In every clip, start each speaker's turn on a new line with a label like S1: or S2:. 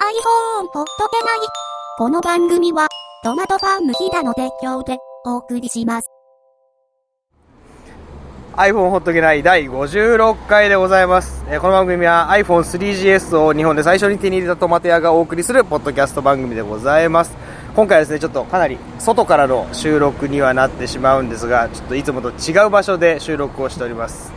S1: iPhone ポッドペナイ。この番組は、トマトファーム飛騨の提供でお送りします。
S2: iPhone ほっとけない第56回でございます、えーこの番組は iPhone3GS を日本で最初に手に入れたトマテヤがお送りするポッドキャスト番組でございます今回はですねちょっとかなり外からの収録にはなってしまうんですがちょっといつもと違う場所で収録をしております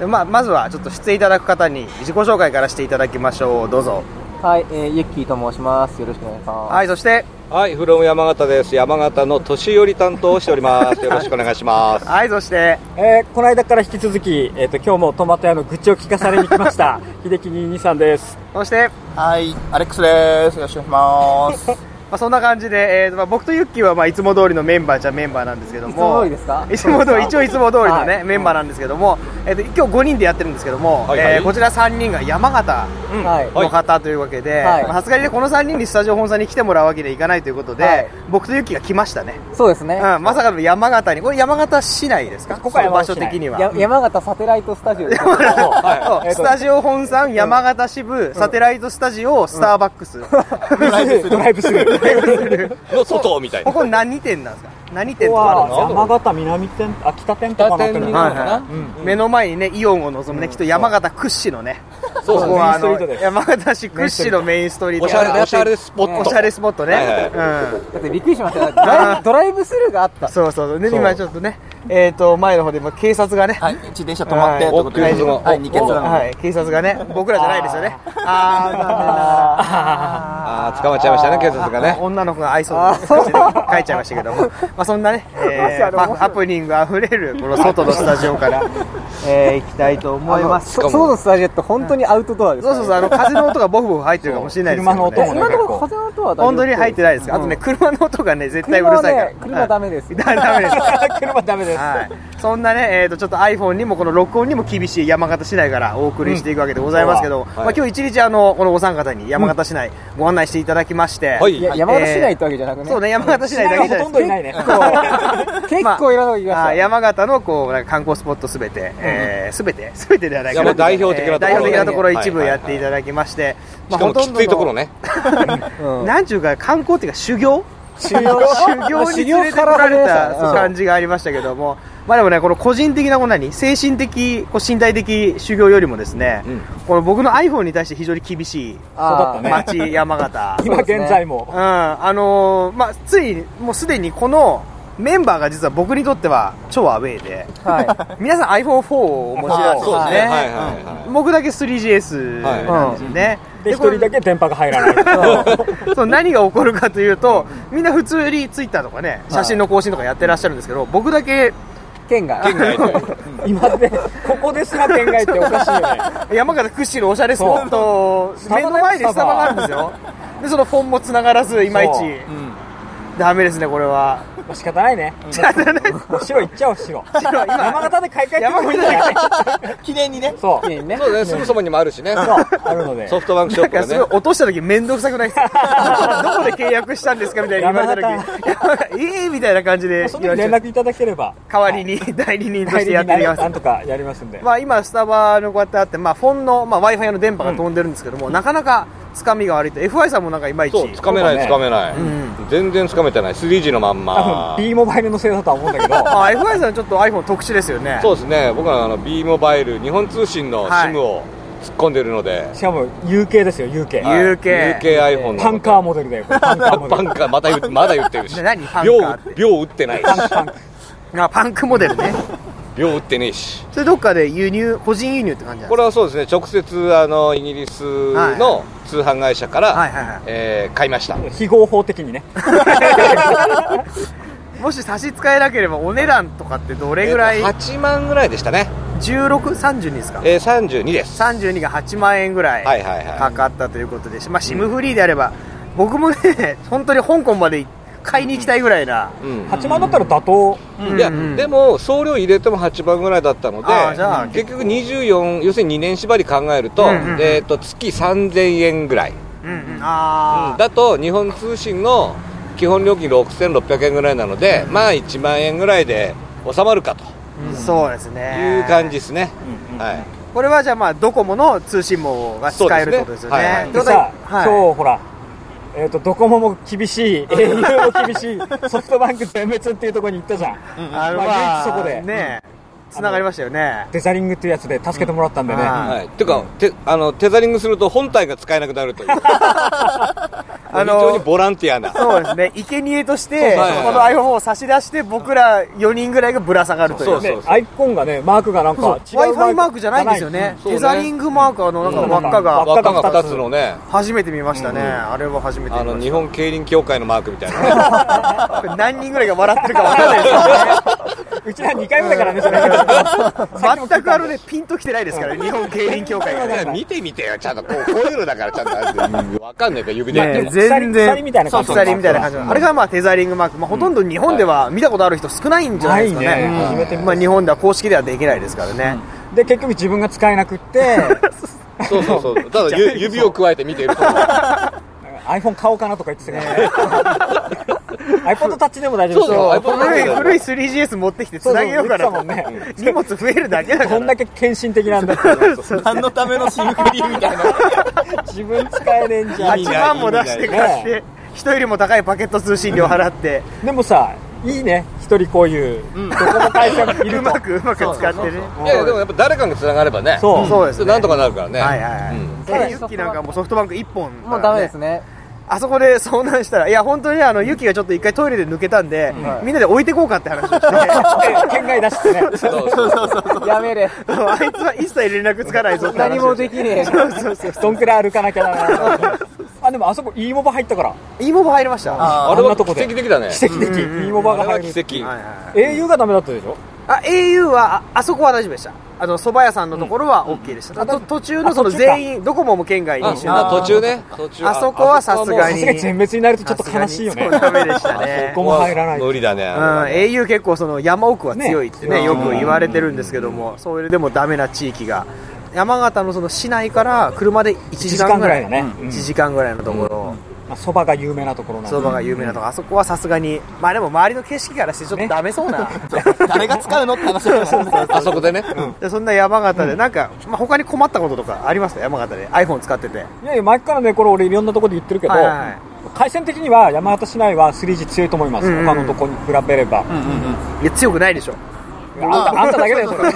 S2: でまあ、まずはちょっと出演いただく方に自己紹介からしていただきましょうどうぞ
S3: はい、えー、ゆっきーと申します。よろしくお願いします。
S2: はいそして
S4: はい、フロム山形です。山形の年寄り担当をしております。よろしくお願いします。
S2: はいそして
S5: えーこの間から引き続き、えー、と今日もトマト屋の愚痴を聞かされに来ました 秀樹兄さんです
S2: そして
S6: はい、アレックスです。よろしくお願いします。
S2: まあ、そんな感じで、えーまあ、僕とユッキーはまあいつも通りのメンバーじゃメンバーなんですけど
S3: い
S2: も
S3: つも通りですか
S2: いつも通り一応いつも通りの、ね
S3: はい
S2: メンバーなんですけども、えー、と今日5人でやってるんですけども、
S4: はいはい
S2: えーこちら3人が山形
S3: はい
S2: の方というわけで
S3: はい
S2: まあさすがに、ね、この3人にスタジオ本さんに来てもらうわけにはいかないということで、
S3: はい
S2: 僕とユッキーが来ましたね、
S3: そうですね。
S2: うん、まさかの山形にこれ山形市内ですか
S5: ここは山形市内
S2: 場所的には
S3: や山形サテライトスタジオです。
S2: そう
S3: えー
S2: ス
S3: と
S2: タジオ 本さん山形支部サテライトスタジオスターバックス、
S5: ドライブするドライブする
S4: の外みたい
S2: こ
S4: な。
S2: こ何店なんですか何
S5: こ
S2: 店
S5: こと
S2: かあるんですか
S5: は山形南店あ北店舗かなってるの
S2: はい
S5: は
S2: はい目の前にねイオンを望むね、きっと山形屈指のね、
S5: そう
S2: ここはあ
S5: メイン
S2: の
S5: ストリートです
S2: 山形市屈指のメインストリート
S4: おしゃれ、おしゃれスポット。
S2: おしゃれスポットね、
S4: はいはい
S2: うん
S3: だってびっくりしましたよ。ドライドライブスルーがあった。
S2: そうそうそうね
S4: そう
S2: 今ちょっとねえっ、と前の方で今警察がね、
S6: はい、自転車止まって、
S2: はい
S6: ということで、
S2: はい
S6: はい、二件
S2: は、
S6: はい
S2: 警察がね僕らじゃないですよねあ
S4: ああ、捕まっちゃいましたね、警察が
S2: ー
S4: ね。
S2: 女の子が愛想で書いちゃいましたけども、まあ、そんなね、えーまあハプニングあふれるこの外のスタジオから、えー、行きたいと思います
S3: そ
S4: かも
S3: そうのスタジオって本当にアウトドアです
S2: そ
S3: か
S2: う
S3: らね。
S2: そうそう、あの風の音がボフボフ入ってるかもしれないですけど、ね。
S5: そう車の音も
S3: 今のところ風の音は大丈夫
S2: 本当に入ってないですか、あとね、車の音がね、絶対うるさいか
S3: 車は
S2: ら。
S3: ね車ダメです
S2: はいだ ダメです。
S5: 車ダメです、
S2: はい。そんなね、えっ、と、ちょっと iPhone にもこの録音にも厳しい山形市内からお送りしていくわけでございますけど、
S4: うん
S2: まあ今日一日あの、このお三方に山形市内ご案内していただきまして、
S4: はい
S3: いや山形市内ってわけじゃなくね。
S2: そうね、山形市内だけじゃない
S5: ほとんどいないね
S3: 結 構結構いろんなとこ行きました
S2: あー
S3: よ。
S2: 山形のこうなんか観光スポットすべて、えーすべて、すべてではないか
S4: い
S2: な。
S4: やもう代表的なところ
S2: 代表的なところ一部
S4: はいは
S2: や
S4: いはい
S2: っていただきまして、
S4: しかもきついところね。
S3: うん
S2: なんちゅうか観光っていうか修行
S3: 修行
S2: 修行に連れてこられたそう感じがありましたけども、まあでもね、この個人的なこの何、精神的、こう身体的修行よりもですね、
S4: うん
S2: この僕の iPhone に対して非常に厳しい
S3: あー
S5: そうだったね
S2: 町、山形。
S5: 今現在も
S2: うん、あのーまあ、ついに、もうすでにこのメンバーが実は僕にとっては超アウェーで、
S3: は
S2: 皆さん iPhone4 をお持ちなんです
S4: そうで
S2: よ
S4: す
S2: ね
S4: ね。はいはいは
S2: 僕だけ 3GS なんですよね。
S5: で一人だけ電波が入らない
S2: そう何が起こるかというと、みんな普通にツイッターとかね、写真の更新とかやってらっしゃるんですけど、僕だけ
S3: い。県が。
S4: い。県外という
S5: 今でここですら県外っておかしいよね
S2: 山形屈指のおしゃれスポット、
S5: そう
S2: 目の前でスタバがあるんですよ、でそのフォンもつながらず、 いまいち
S5: そう、
S2: ダメですね、これは。
S5: まあ仕方ないね白行っちゃおう白
S2: 白今
S5: 山形で買い替えて
S2: 山
S5: もい
S2: 形
S5: いんだよね
S6: 記念にね、
S5: そう
S3: 県ね。
S4: そうね、すぐそばにもあるしね。
S5: そうあるので
S4: ソフトバンクショ
S2: なん
S4: ップ
S2: か
S4: が
S2: す
S4: ね
S2: ごい。落とした時面倒くさくないですかどこで契約したんですかみたいな言われた時 山形ええみたいな感じで
S5: そ
S2: 言
S5: の
S2: わ
S5: 時
S2: れ
S5: 連
S2: て
S5: 絡いただければ
S2: 代わりに代理人と
S5: 代
S2: して
S5: 理
S2: や
S5: に
S2: って
S5: な
S2: み
S5: り
S2: ま
S5: ますなんとかやりますんで
S2: まあ、今、スタバのこうやってあって、まあ、フォンの、まあ、Wi-Fi の電波が飛んでるんですけども、なかなかつかみが悪いと、FI さんもなんかいまいち、
S4: そう、つかめない、つかめない。全然つかめてない。3G のまん
S5: 多
S4: ま
S5: 分。B モバイルのせいだとは思うんだけど
S2: あ FI さん、ちょっと iPhone 特殊ですよね、
S4: そうですね、僕はあの B モバイル、日本通信の
S2: はい
S4: SIM を突っ込んでるので。
S5: しかも UK ですよ UK、
S2: はい UK
S4: UKiPhone の。
S5: パンカーモデルだよこれパンカーモデ
S4: パ
S5: ル
S4: ンカー、また言うまだ言ってるし
S2: で何パン。カ
S4: 秒
S2: ーって、
S4: 秒打ってないし。
S2: あパンクモデルね、
S4: 秒打ってねえし。
S2: それどっかで輸入、個人輸入って感じなん
S4: こ
S2: です
S4: れはそうですね、直接、あの、イギリスの通販会社か
S2: か、はいはい
S4: ら、
S2: は
S4: えー買いました。
S5: 非合法的にね
S2: い、もし差し支えなければ、お値段とかってどれぐらい、
S4: えーと ?8 万ぐらいでしたね。
S2: 16、32ですか、
S4: えー、32です。
S2: 32が8万円ぐらい
S4: はいはいはい
S2: かかったということで、まあ、SIM フリーであれば、僕もね、本当に香港まで買いに行きたいぐらいな。
S4: うん。
S5: 8万だったら妥
S2: うん
S4: いや、
S2: うん
S4: でも、送料入れても8万ぐらいだったの
S2: あーじゃあ
S4: で、結局24、要するに2年縛り考えると、
S2: うんうんうん
S4: えっ、と、月3000円ぐらい。
S2: うんうん、あ
S4: だと日本通信の基本料金6600円ぐらいなので、まあ1万円ぐらいで収まるかと
S2: あ、そうですね
S4: いう感じですね、はい、
S2: これはじゃあまあドコモの通信網が使えるってことですよね
S4: そうですねはいはい
S5: 当でさ、
S2: はい
S5: 今日ほらえっ、と、ドコモも厳しい、au も厳しい、ソフトバンク全滅っていうところに行ったじゃん。
S2: あの
S5: まあ
S2: まあ、
S5: 唯一そこで
S2: ねつながりましたよね。
S5: デザリングっていうやつで助けてもらったんでね。
S2: うん
S4: はい、てか、てあのテザリングすると本体が使えなくなるという
S2: あ
S4: 非常に
S2: の、
S4: ボランティアな
S2: そうですね、 生贄として、
S4: そうそうそう
S2: この iPhone を差し出して、僕ら4人ぐらいがぶら下がるという。
S4: そうそう
S5: ねアイコンがね、マークがなんか違う
S2: Wi-Fi マークじゃないんですよね。
S4: そうね
S2: テザリングマーク、あの、なんか
S5: うん
S2: 輪っかが
S5: 輪、っ
S4: 輪っかが2つのね
S2: 初めて見ましたね。あれは初めて
S4: あ
S2: 見
S4: の
S2: ま
S4: 日
S2: し
S4: 本競輪協会のマークみたいなね
S2: た。これ何人ぐらいが笑ってるかわかんないですよね。
S5: うちら2回目だからね、それ。
S2: 全くあのね、ピンときてないです からね、日本競輪協会が
S4: い
S2: ね。
S4: や 見てみてよちゃんとこうこういうのだからちゃんとあれわかんないから指で、
S2: ね全
S5: 全然。
S2: 然
S5: 鎖みたいな感じ。
S2: 鎖みたいな感じのあれがまあテザリングマーク、まあ、ほとんど日本では見たことある人少ないんじゃないですかね
S5: ないね
S2: うん
S5: 初めて見た
S2: まあ、日本では公式ではできないですからね、
S5: で、結局自分が使えな くって、
S4: そうそうそうただゆ指を加えて見てると
S5: iPhone 買おうかなとか言ってたからね。iPod Touch でも大丈夫です
S4: そう
S5: よ。
S4: そう
S2: 古い古い 3GS 持ってきてつなげようかな
S5: そうそう
S2: と、
S5: 言ってたもん ね
S2: 荷物増えるだけだか
S5: こん
S2: ら
S5: だけ献身的なんだっていうね
S6: 何のための新フリーみたいな。
S5: 自分使えねえんじゃ ん
S2: 8。万も出して買っ
S5: いい
S2: て人よりも高いパケット通信料払って
S5: でもさ、いいね。一人こういう、どこの会社にいうる
S2: ま
S5: と。
S2: くうまく使ってね
S4: いやいやでもやっぱ誰かがつながればね
S5: そう。
S2: そうですね
S4: なんとかなるからね
S2: はいはいはい
S4: うん
S2: ただユッキーなんかもうソフトバンク1本だからね
S3: もうダメですね。
S2: あそこで遭難したらいや本当にあのユッキーがちょっと一回トイレで抜けたんでみんなで置いてこうかって話を して
S5: 県外出してね。
S4: そうそう
S3: やめれ。
S2: あいつは一切連絡つかないぞって話
S3: 何もできね
S2: そうそうそう
S5: どんくらい歩かなきゃならない。あ、でもあそこ e モバ入ったから。
S2: イモも入りましたは
S4: あ
S5: あ
S4: れ
S5: ん
S4: は
S5: なと
S4: 奇
S5: こで
S4: 跡的だね
S5: 奇跡的。e モバ
S4: あ
S5: が
S4: れは
S5: 入
S4: 奇
S2: い
S5: る。
S4: 跡
S2: はいはい
S5: au がダメだったでしょ
S2: あ au はああそこは大丈夫でしたあの蕎麦屋さんのところは OK でした、あと途中のその
S5: あ途中か
S2: 全員どこもも県外
S4: あ
S2: に一緒
S4: あ途中ね途中
S2: あそこはさすが
S5: さ
S2: に
S5: すがに全滅になるとちょっと悲しいよね
S2: そう。ダメでした
S4: あ
S2: ね
S4: そ
S5: こ
S4: こ
S5: も
S4: も
S5: 入らない
S4: 無理だね
S2: うん、au 結構その山奥は強いってね
S5: ね
S2: よく言われてるんですけどもそれでもダメな地域が山形のその市内から車で1時間ぐらい
S5: 一時間ぐらいのね
S2: 1時間ぐらいのところ
S5: まあそばが有名なところなんで。
S2: 相場が有名なとこあそこはさすがにまあでも周りの景色からしてちょっとダメそうな
S6: 誰が使うのって話だからね
S4: あそこでね
S2: でそんな山形で、なんか、まあ、他に困ったこととかありますか山形で iPhone 使ってて。
S5: いやいや、前からね、これ俺いろんなところで言ってるけど、
S2: はいはいはい
S5: 回線的には山形市内は 3G 強いと思います。
S2: うんうん
S5: 他のとこに比べれば。
S2: いや、強くないでしょ。
S5: あんた、あんただけだよ、それ。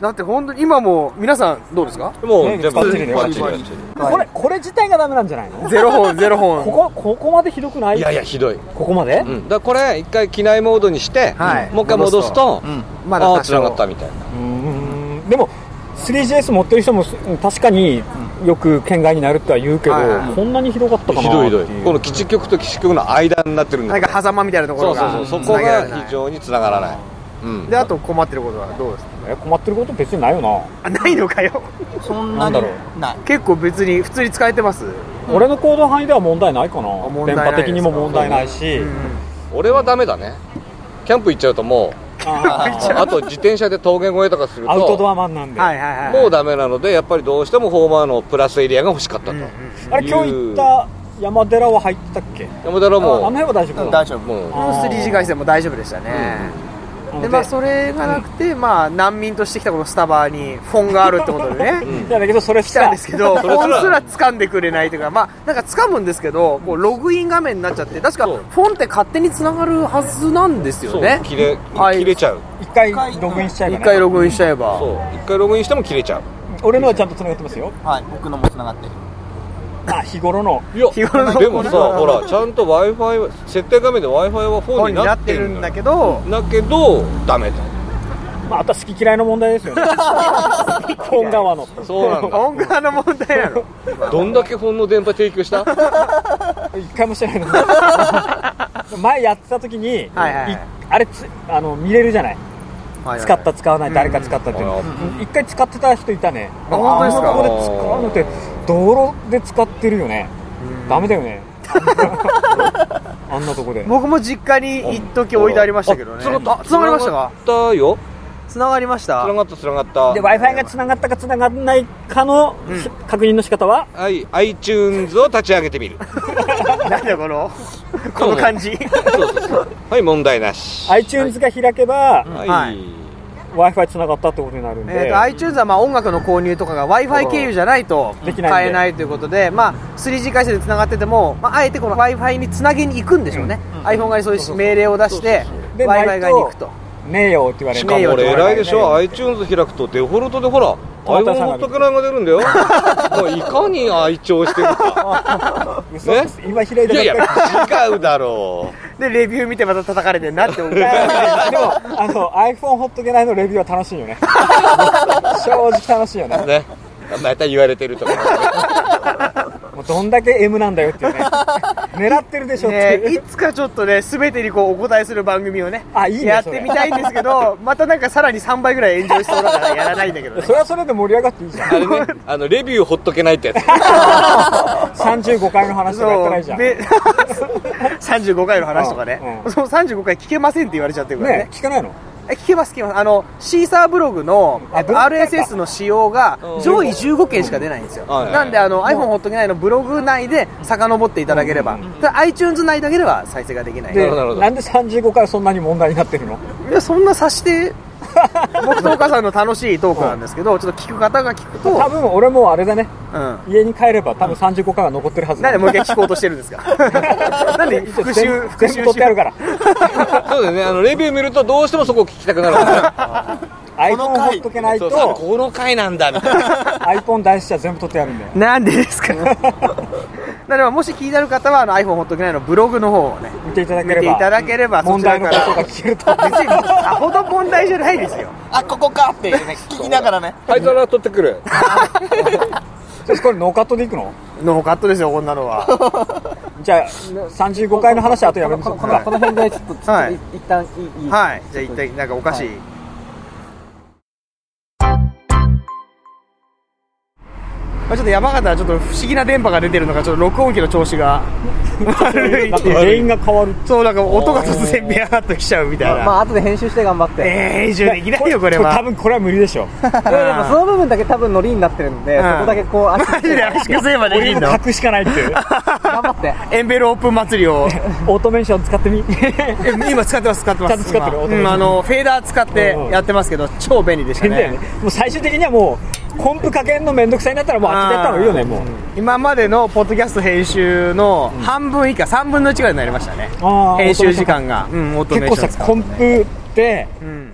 S2: だって本当に今もう、皆さんどうですか
S4: もう
S5: ね
S4: 全部バッチリ
S5: ね
S4: バッチリ
S5: バ
S4: バ
S5: ッ
S4: ッチ
S5: これ、これ自体がダメなんじゃないの
S2: ゼロ本、ゼロ本。
S5: ここ、ここまでひどくない
S4: リいやいやひどい
S5: ここまで、
S4: うん、だからこれ一回機内モードにして、
S2: はい
S4: もう一回戻すと、
S2: まだ
S4: ああ
S2: 多
S4: つな
S2: 少
S4: がったみたいな
S5: うんでも 3GS 持ってる人もうん確かによく県外になるとは言うけど、
S2: はいはい
S5: こんなにひどかったかな
S4: ひどいひどい
S5: ってう
S4: この基地局と基地局の間になってるんだ
S2: なん
S4: よ
S2: か狭間みたいなとこ
S4: そ
S2: ろ
S4: う
S2: が。
S4: そうそうそこ
S2: 繋ら
S4: が
S2: ない
S4: 非常につながらない、うん、
S2: で、あと困ってることはどうですか
S5: え困ってること別にないよな、
S2: あ、ないのかよ。
S6: そんなに
S5: なんだろ
S6: ない。
S2: 結構別に、普通に使えてます
S5: 俺の行動範囲では問題ないかな
S2: 問題
S5: 電
S2: ないですか
S5: 波的にも問題ないし、
S4: 俺はダメだねキャンプ行っちゃうとも
S5: あ
S4: う
S5: ー
S4: あと自転車で峠越えとかすると
S5: アウトドアマンなんで、
S2: はいはいはい。
S4: もうダメなのでやっぱりどうしてもホーマーのプラスエリアが欲しかったと、
S2: うんうん
S5: あれ今日行った山寺は入ってたっけ
S4: 山田
S5: あ
S4: ら
S5: あの
S4: も
S5: 辺は大丈夫
S6: 大
S5: だ
S6: 丈夫。
S4: もう
S5: あー
S2: 3G 回線も大丈夫でしたね。
S5: なの
S2: で、
S5: で
S2: まあ、それがなくて、まあ、難民としてきたこのスタバに、フォンがあるってことでね。
S5: いやだけどそれ
S2: 来
S5: した
S2: んですけど、
S4: それす
S2: フ
S4: ら
S2: ォンすら掴んでくれないというか、まあ、なんか掴むんですけど、こうログイン画面になっちゃって、確か
S4: そう
S2: フォンって勝手に繋がるはずなんです
S4: そ
S2: よ
S4: う
S2: ね。
S4: 切れ
S2: はい
S4: 切れちゃう、
S5: 一回ログインしちゃえば、
S2: 一
S5: ね、
S2: 回ログインしちゃえば。
S4: そう一回ログインしても切れちゃう
S5: 俺のはちゃんと繋がってますよ
S6: はい、僕のも繋がってる。
S5: あ日頃の
S4: いや
S2: 日頃の
S4: でもさほらちゃんと w i f i 設定画面で w i f i は
S2: フォ
S4: 4
S2: ン
S4: に
S2: に
S4: な
S2: な
S4: っ
S2: ってて
S4: る
S2: る
S4: ん
S2: ん
S4: だ
S2: だ
S4: け
S2: けど
S4: ど、だけどダメだ
S5: まあ、あとは好き嫌いの問題ですよね。本側の。
S4: そうなんだ
S2: 音側の問題な の。
S4: どんだけ本の電波提供した
S5: 一回もしてないの。前やってた時に、
S2: はいはいはい
S5: いあれつあの、見れるじゃない。使った、使わない、誰か使ったっていうの
S4: う。
S5: 一回使ってた人いたね。
S2: あ本当ですか
S5: あのとこで使うのって、道路で使ってるよね。ダメだよね。あんなとこで。
S2: 僕も実家に一時置いてありましたけどね。
S4: あ繋がった
S2: あ繋がりましたか
S4: 繋がったよ
S2: 繋がりました
S4: 繋がった繋がった
S5: で、Wi-Fi が繋がったか繋がらないかの
S2: ん
S5: 確認の仕方は、
S4: はい iTunes を立ち上げてみる
S2: なんだよこの、 この感じ。
S4: そうそうそうはい問題なし
S5: iTunes が開けば、
S4: は
S2: はい
S5: Wi-Fi 繋がったってことになるん
S2: えー
S5: で、
S2: と iTunes はまあ音楽の購入とかが w i f i 経由じゃないと
S5: できないんで
S2: 買えないということで、まあ、3G 回線でつながってても、まあ、あえてこの w i f i につなげに行くんでしょうね、iPhone 側にそういう命令を出して
S5: で
S2: w i f i 側に行くと
S5: ねえよって言われる
S4: しかもこれ偉いでしょ
S5: ね
S4: iTunes 開くとデフォルトでほら
S5: トマト
S4: iPhone
S5: さん
S4: ほ
S5: が
S4: ったくらが出るんだよ もういかに愛聴してるか
S5: えよ嘘です今開い
S4: いやい
S5: た
S4: や
S5: ばっか
S4: 違うだろ
S2: でレビュー見てまた叩かれてんなって思う
S5: り でもあの iPhone ほっとけないのレビューは楽しいよね正直楽しいよね
S4: うねまた言われてるとか
S5: もうどんだけ M なんだよっていうね狙ってるでしょっていう、
S2: ね、いつかちょっとね全てにこうお答えする番組をね
S5: あいいね
S2: やってみたいんですけどまたなんかさらに3倍ぐらい炎上しそうだからやらないんだけどね
S5: それはそれで盛り上がっていいじゃん
S4: あれねあのレビューほっとけないってや つ
S5: 35回の話とかやってな いじゃんね
S2: で35回の話とかね、
S5: うん
S2: その35回聞けませんって言われちゃってるからね
S5: 聞かないの
S2: え聞けます聞けますあのシーサーブログの
S5: あ
S2: えっと
S5: ブログか
S2: RSS の仕様が上位15件しか出ないんですよ、
S4: はいはい
S2: なんであの iPhone ほっとけないのブログ内で遡っていただければ、ただ iTunes 内だけでは再生ができない
S5: で
S4: るほどなるほど
S5: なんで35回そんなに問題になってるの
S2: いやそんな察して 僕とお母さんの楽しいトークなんですけどちょっと聞く方が聞くと、
S5: 多分俺もあれだね
S2: うん、
S5: 家に帰れば多分35回は残ってるはず
S2: な
S5: だ
S2: んでもう一回聞こうとしてるんです かなんで復
S5: 全
S2: 習
S5: 部
S2: 復
S5: 全
S2: 習
S5: 部取っ
S2: して
S5: あ るから
S4: そうだよねあのレビュー見るとどうしてもそこを聞きたくなる からね
S5: iPhone
S6: の回
S5: ほっとけない
S4: そうそ
S5: と
S4: うこの回なんだみたいな
S5: iPhone 大事は全部取ってあるんだよ
S2: なんでです かなのでもし気になる方はあの iPhone ほっとけないのブログの方をね
S5: 見ていただ
S2: 見
S5: けれ
S2: ていた
S5: ば
S2: だければそ
S5: 問
S2: ちら
S5: 題
S2: か
S5: の
S2: ら
S5: ことが聞けると
S2: 別にさほど問題じゃないですよ
S6: あ、ここかっていうね、聞きながらね。
S4: 灰皿取ってく る
S5: そしてこれノーカットでいくの
S2: ノーカットですよこんなのは
S5: じゃあ35回の話はあとやめまし
S3: こ
S5: ょ
S3: の
S5: う
S3: このこの辺でちょっと、ちょっとい
S2: はい
S3: 一旦いい。
S2: はいじゃあ一体なんかおかしい、まあちょっと山形はちょっと不思議な電波が出てるのかちょっと録音機の調子が悪い
S5: だって原因が変わる
S2: そうなんか音が突然ビャーっときちゃうみたいな、
S3: まあ、後で編集して頑張って。
S2: ええー、編集できないよこれは
S5: 多分これは無理で しょ
S3: いやでもその部分だけ多分ノリになってるんで、
S2: うん
S3: そこだけこう、足つ
S2: マ ジ
S3: け
S2: で
S3: て
S2: 足くせえまでい
S5: 俺
S2: い
S5: も
S2: の
S5: 書くしかないって いう
S3: 頑張って。
S2: エンベロープ祭り を
S5: オートメーション使ってみ変
S2: え今使ってます使ってます
S5: ちゃんと使ってる
S2: 今
S5: 音
S2: うんあのフェーダー使ってやってますけど超便利でした
S5: だよ
S2: ね
S5: ねもう最終的にはもうコンプかけんのめんどくさいなったらもうあっちでやった方がいいよねもう
S2: 今までのポッドキャスト編集の半分以下3分の1ぐらいになりましたね
S5: あー
S2: 編集時間がうんオートメー
S5: 結構
S2: ション使
S5: さ
S2: って
S5: コンプって
S2: うん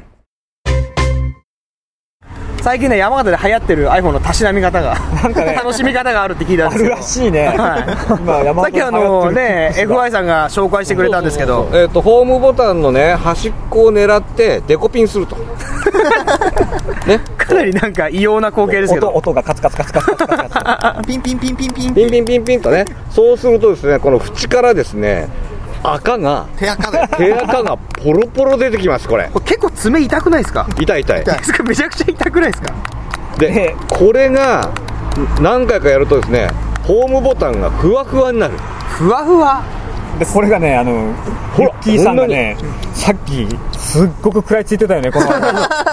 S2: 最近ね山形で流行ってる iPhone のたしなみ方が
S5: なんかね
S2: 楽しみ方があるって聞いたん
S5: あ
S2: です
S5: る
S2: よ
S5: らしいね
S2: はい
S5: 今山
S2: さっ
S5: 本
S2: きあ
S5: さんが
S2: の
S5: や
S2: ね
S5: ってる
S2: FI さんが紹介してくれたんですけど
S4: えっとホームボタンのね端っこを狙ってデコピンするとね
S2: かなりなんか異様な光景ですけ
S5: 音
S2: ど
S5: 音がカツカツカツカツカツカツカツ
S6: ピンピンピンピンピン。
S4: ピンピンピンピンとねそうするとですねこの縁からですね赤が
S6: 手垢だよ。
S4: 手垢がポロポロ出てきますこれ
S2: これ結構爪痛くないですか
S4: 痛い痛い
S6: 痛い
S2: です かめちゃくちゃ痛くないですか
S4: でこれが何回かやるとですねホームボタンがふわふわになる
S2: ふわふわ
S5: でこれがねあの
S4: ほ
S5: ユ
S4: ら
S5: ッキーさんがねさっきすっごく食らいついてたよねこの
S3: い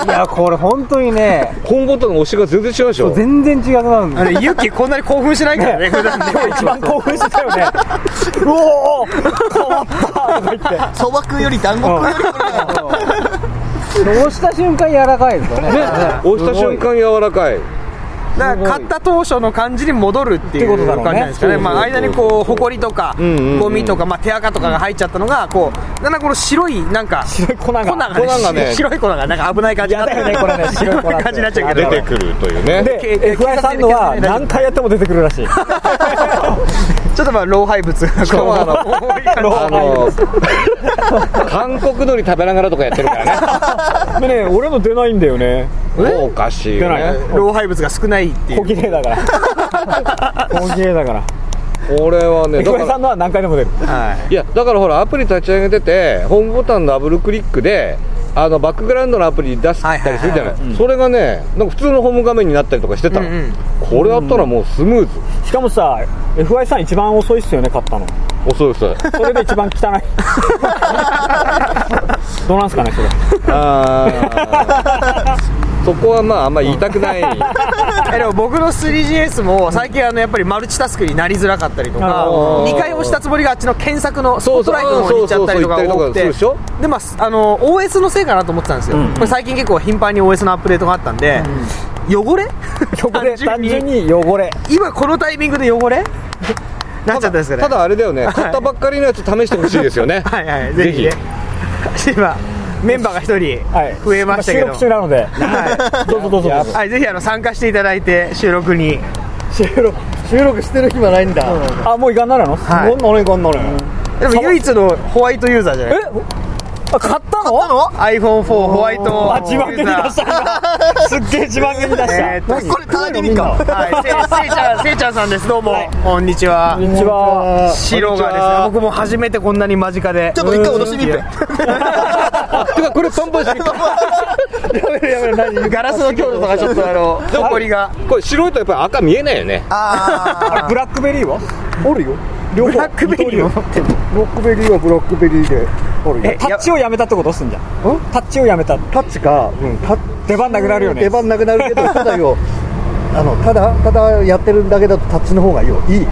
S3: や、これ本当にね、
S4: ホームボタンの押しが全然違うでしょ
S3: 全然違くなるん
S2: あ
S3: で
S2: れユッキーこんなに興奮しないからね普 段ね
S5: 今日一番興奮してたよねうおお変わったとか言って
S6: そば食うより団子食うよりこれだよ。
S3: すよ。押した瞬間柔らかい ですよね。
S4: ね押した瞬間柔らかい
S2: だから買った当初の感じに戻るっていう
S5: ってことだろうね
S2: 感じなんですかね
S5: そうそうそう
S2: まあ、間にこうほこりとか
S4: んうんうん
S2: ゴミとか、まあ、手垢とかが入っちゃったのがこうなんかこの白いなんか
S5: 白い粉が
S2: 粉がね
S4: 粉がね
S2: 白い粉がなんか危ない感じになって
S5: やだよねこれね白い粉って
S2: 感じになっちゃうけ
S4: 出
S2: ど
S4: てくるというね
S5: で
S2: けけ
S5: FI さんのは何回やっても出てくるらしい
S2: ちょっとまあ老廃物が
S4: そうあ
S2: こ
S4: の
S2: う多い感じ
S4: あの韓国海苔食べながらとかやってるからね
S5: でね俺の出ないんだよね
S4: おかしい
S5: 出
S4: よ
S5: ない
S4: ね
S2: 老廃物が少ないってい
S5: 小
S2: う
S5: 綺麗だから小綺麗だから
S4: これはねだか
S5: FI さ
S4: ら
S5: んのは何回でも出る
S2: はい
S4: やだからほらアプリ立ち上げててホームボタンダブルクリックであのバックグラウンドのアプリ出したりするじゃ
S2: はいはい
S4: な
S2: はい
S4: それがねなんか普通のホーム画面になったりとかしてたの、
S2: うんうん
S4: これやったらもうスムーズ
S5: しかもさ FI さん一番遅いっすよね買ったの
S4: 遅い遅 い
S5: それで一番汚い どうなんすかねそれ
S4: あそこはまああんまり言いた くない、
S2: えでも僕の 3GS も最近あのやっぱりマルチタスクになりづらかったりとか
S5: あ
S4: ー
S2: 2回押したつもりがあっちの検索のスポ
S4: そ
S2: ット
S4: うそ
S2: ラ
S4: う
S2: イトの方に行っちゃったりとか多くて
S4: そうそう行ったりとかするで
S2: でまあすあの OS のせいかなと思ってたんですよ、これ最近結構頻繁に OS のアップデートがあったんで、汚れ
S5: 汚れ単純に汚れ
S2: 今このタイミングで汚れなっちゃったんですかね
S4: ただあれだよね買ったばっかりのやつ試してほしいですよね
S2: はいはいぜひね今メンバーが1
S5: はい
S2: 人増えましたけど、
S5: 収録中なので
S2: は
S5: どうぞどうぞどう
S2: い
S5: ぞ
S2: はい、ぜひあの参加していただいて収録に
S6: 収録収録してる暇ないんだ
S5: あもういかんならの
S2: はい
S5: すごいなのいかんならの
S2: でも唯一のホワイトユーザーじゃない
S5: えあ買ったの
S2: iPhone4 ホワイト
S5: あ自慢げに出した すっげえ自慢げに出した
S2: えーっと
S6: これターゲミか
S2: はい、せせいちゃん、せいちゃんさんです。どうも、こんにちは
S5: こ。んにちは
S2: 白がですね、僕も初めてこんなに間近で。
S6: ちょっと一回脅しに行って
S4: てかこれパンパンして
S2: ガラスの強度とか、ちょっとあの、誇りが。
S4: これ白いとやっぱり赤見えないよね
S6: あ
S5: あブラックベリーはおるよ両方
S2: ブラックベリーを持ってる
S5: ブラックベリーはブラックベリーでおる
S2: え
S5: タッチをやめたってことすんじゃんタッチをやめた
S7: タッチか、うん、タッ
S5: 出番なくなるよね
S7: 出番なくなるけど、ただよ、あのただ、ただやってるだけだとタッチの方がよ、いい。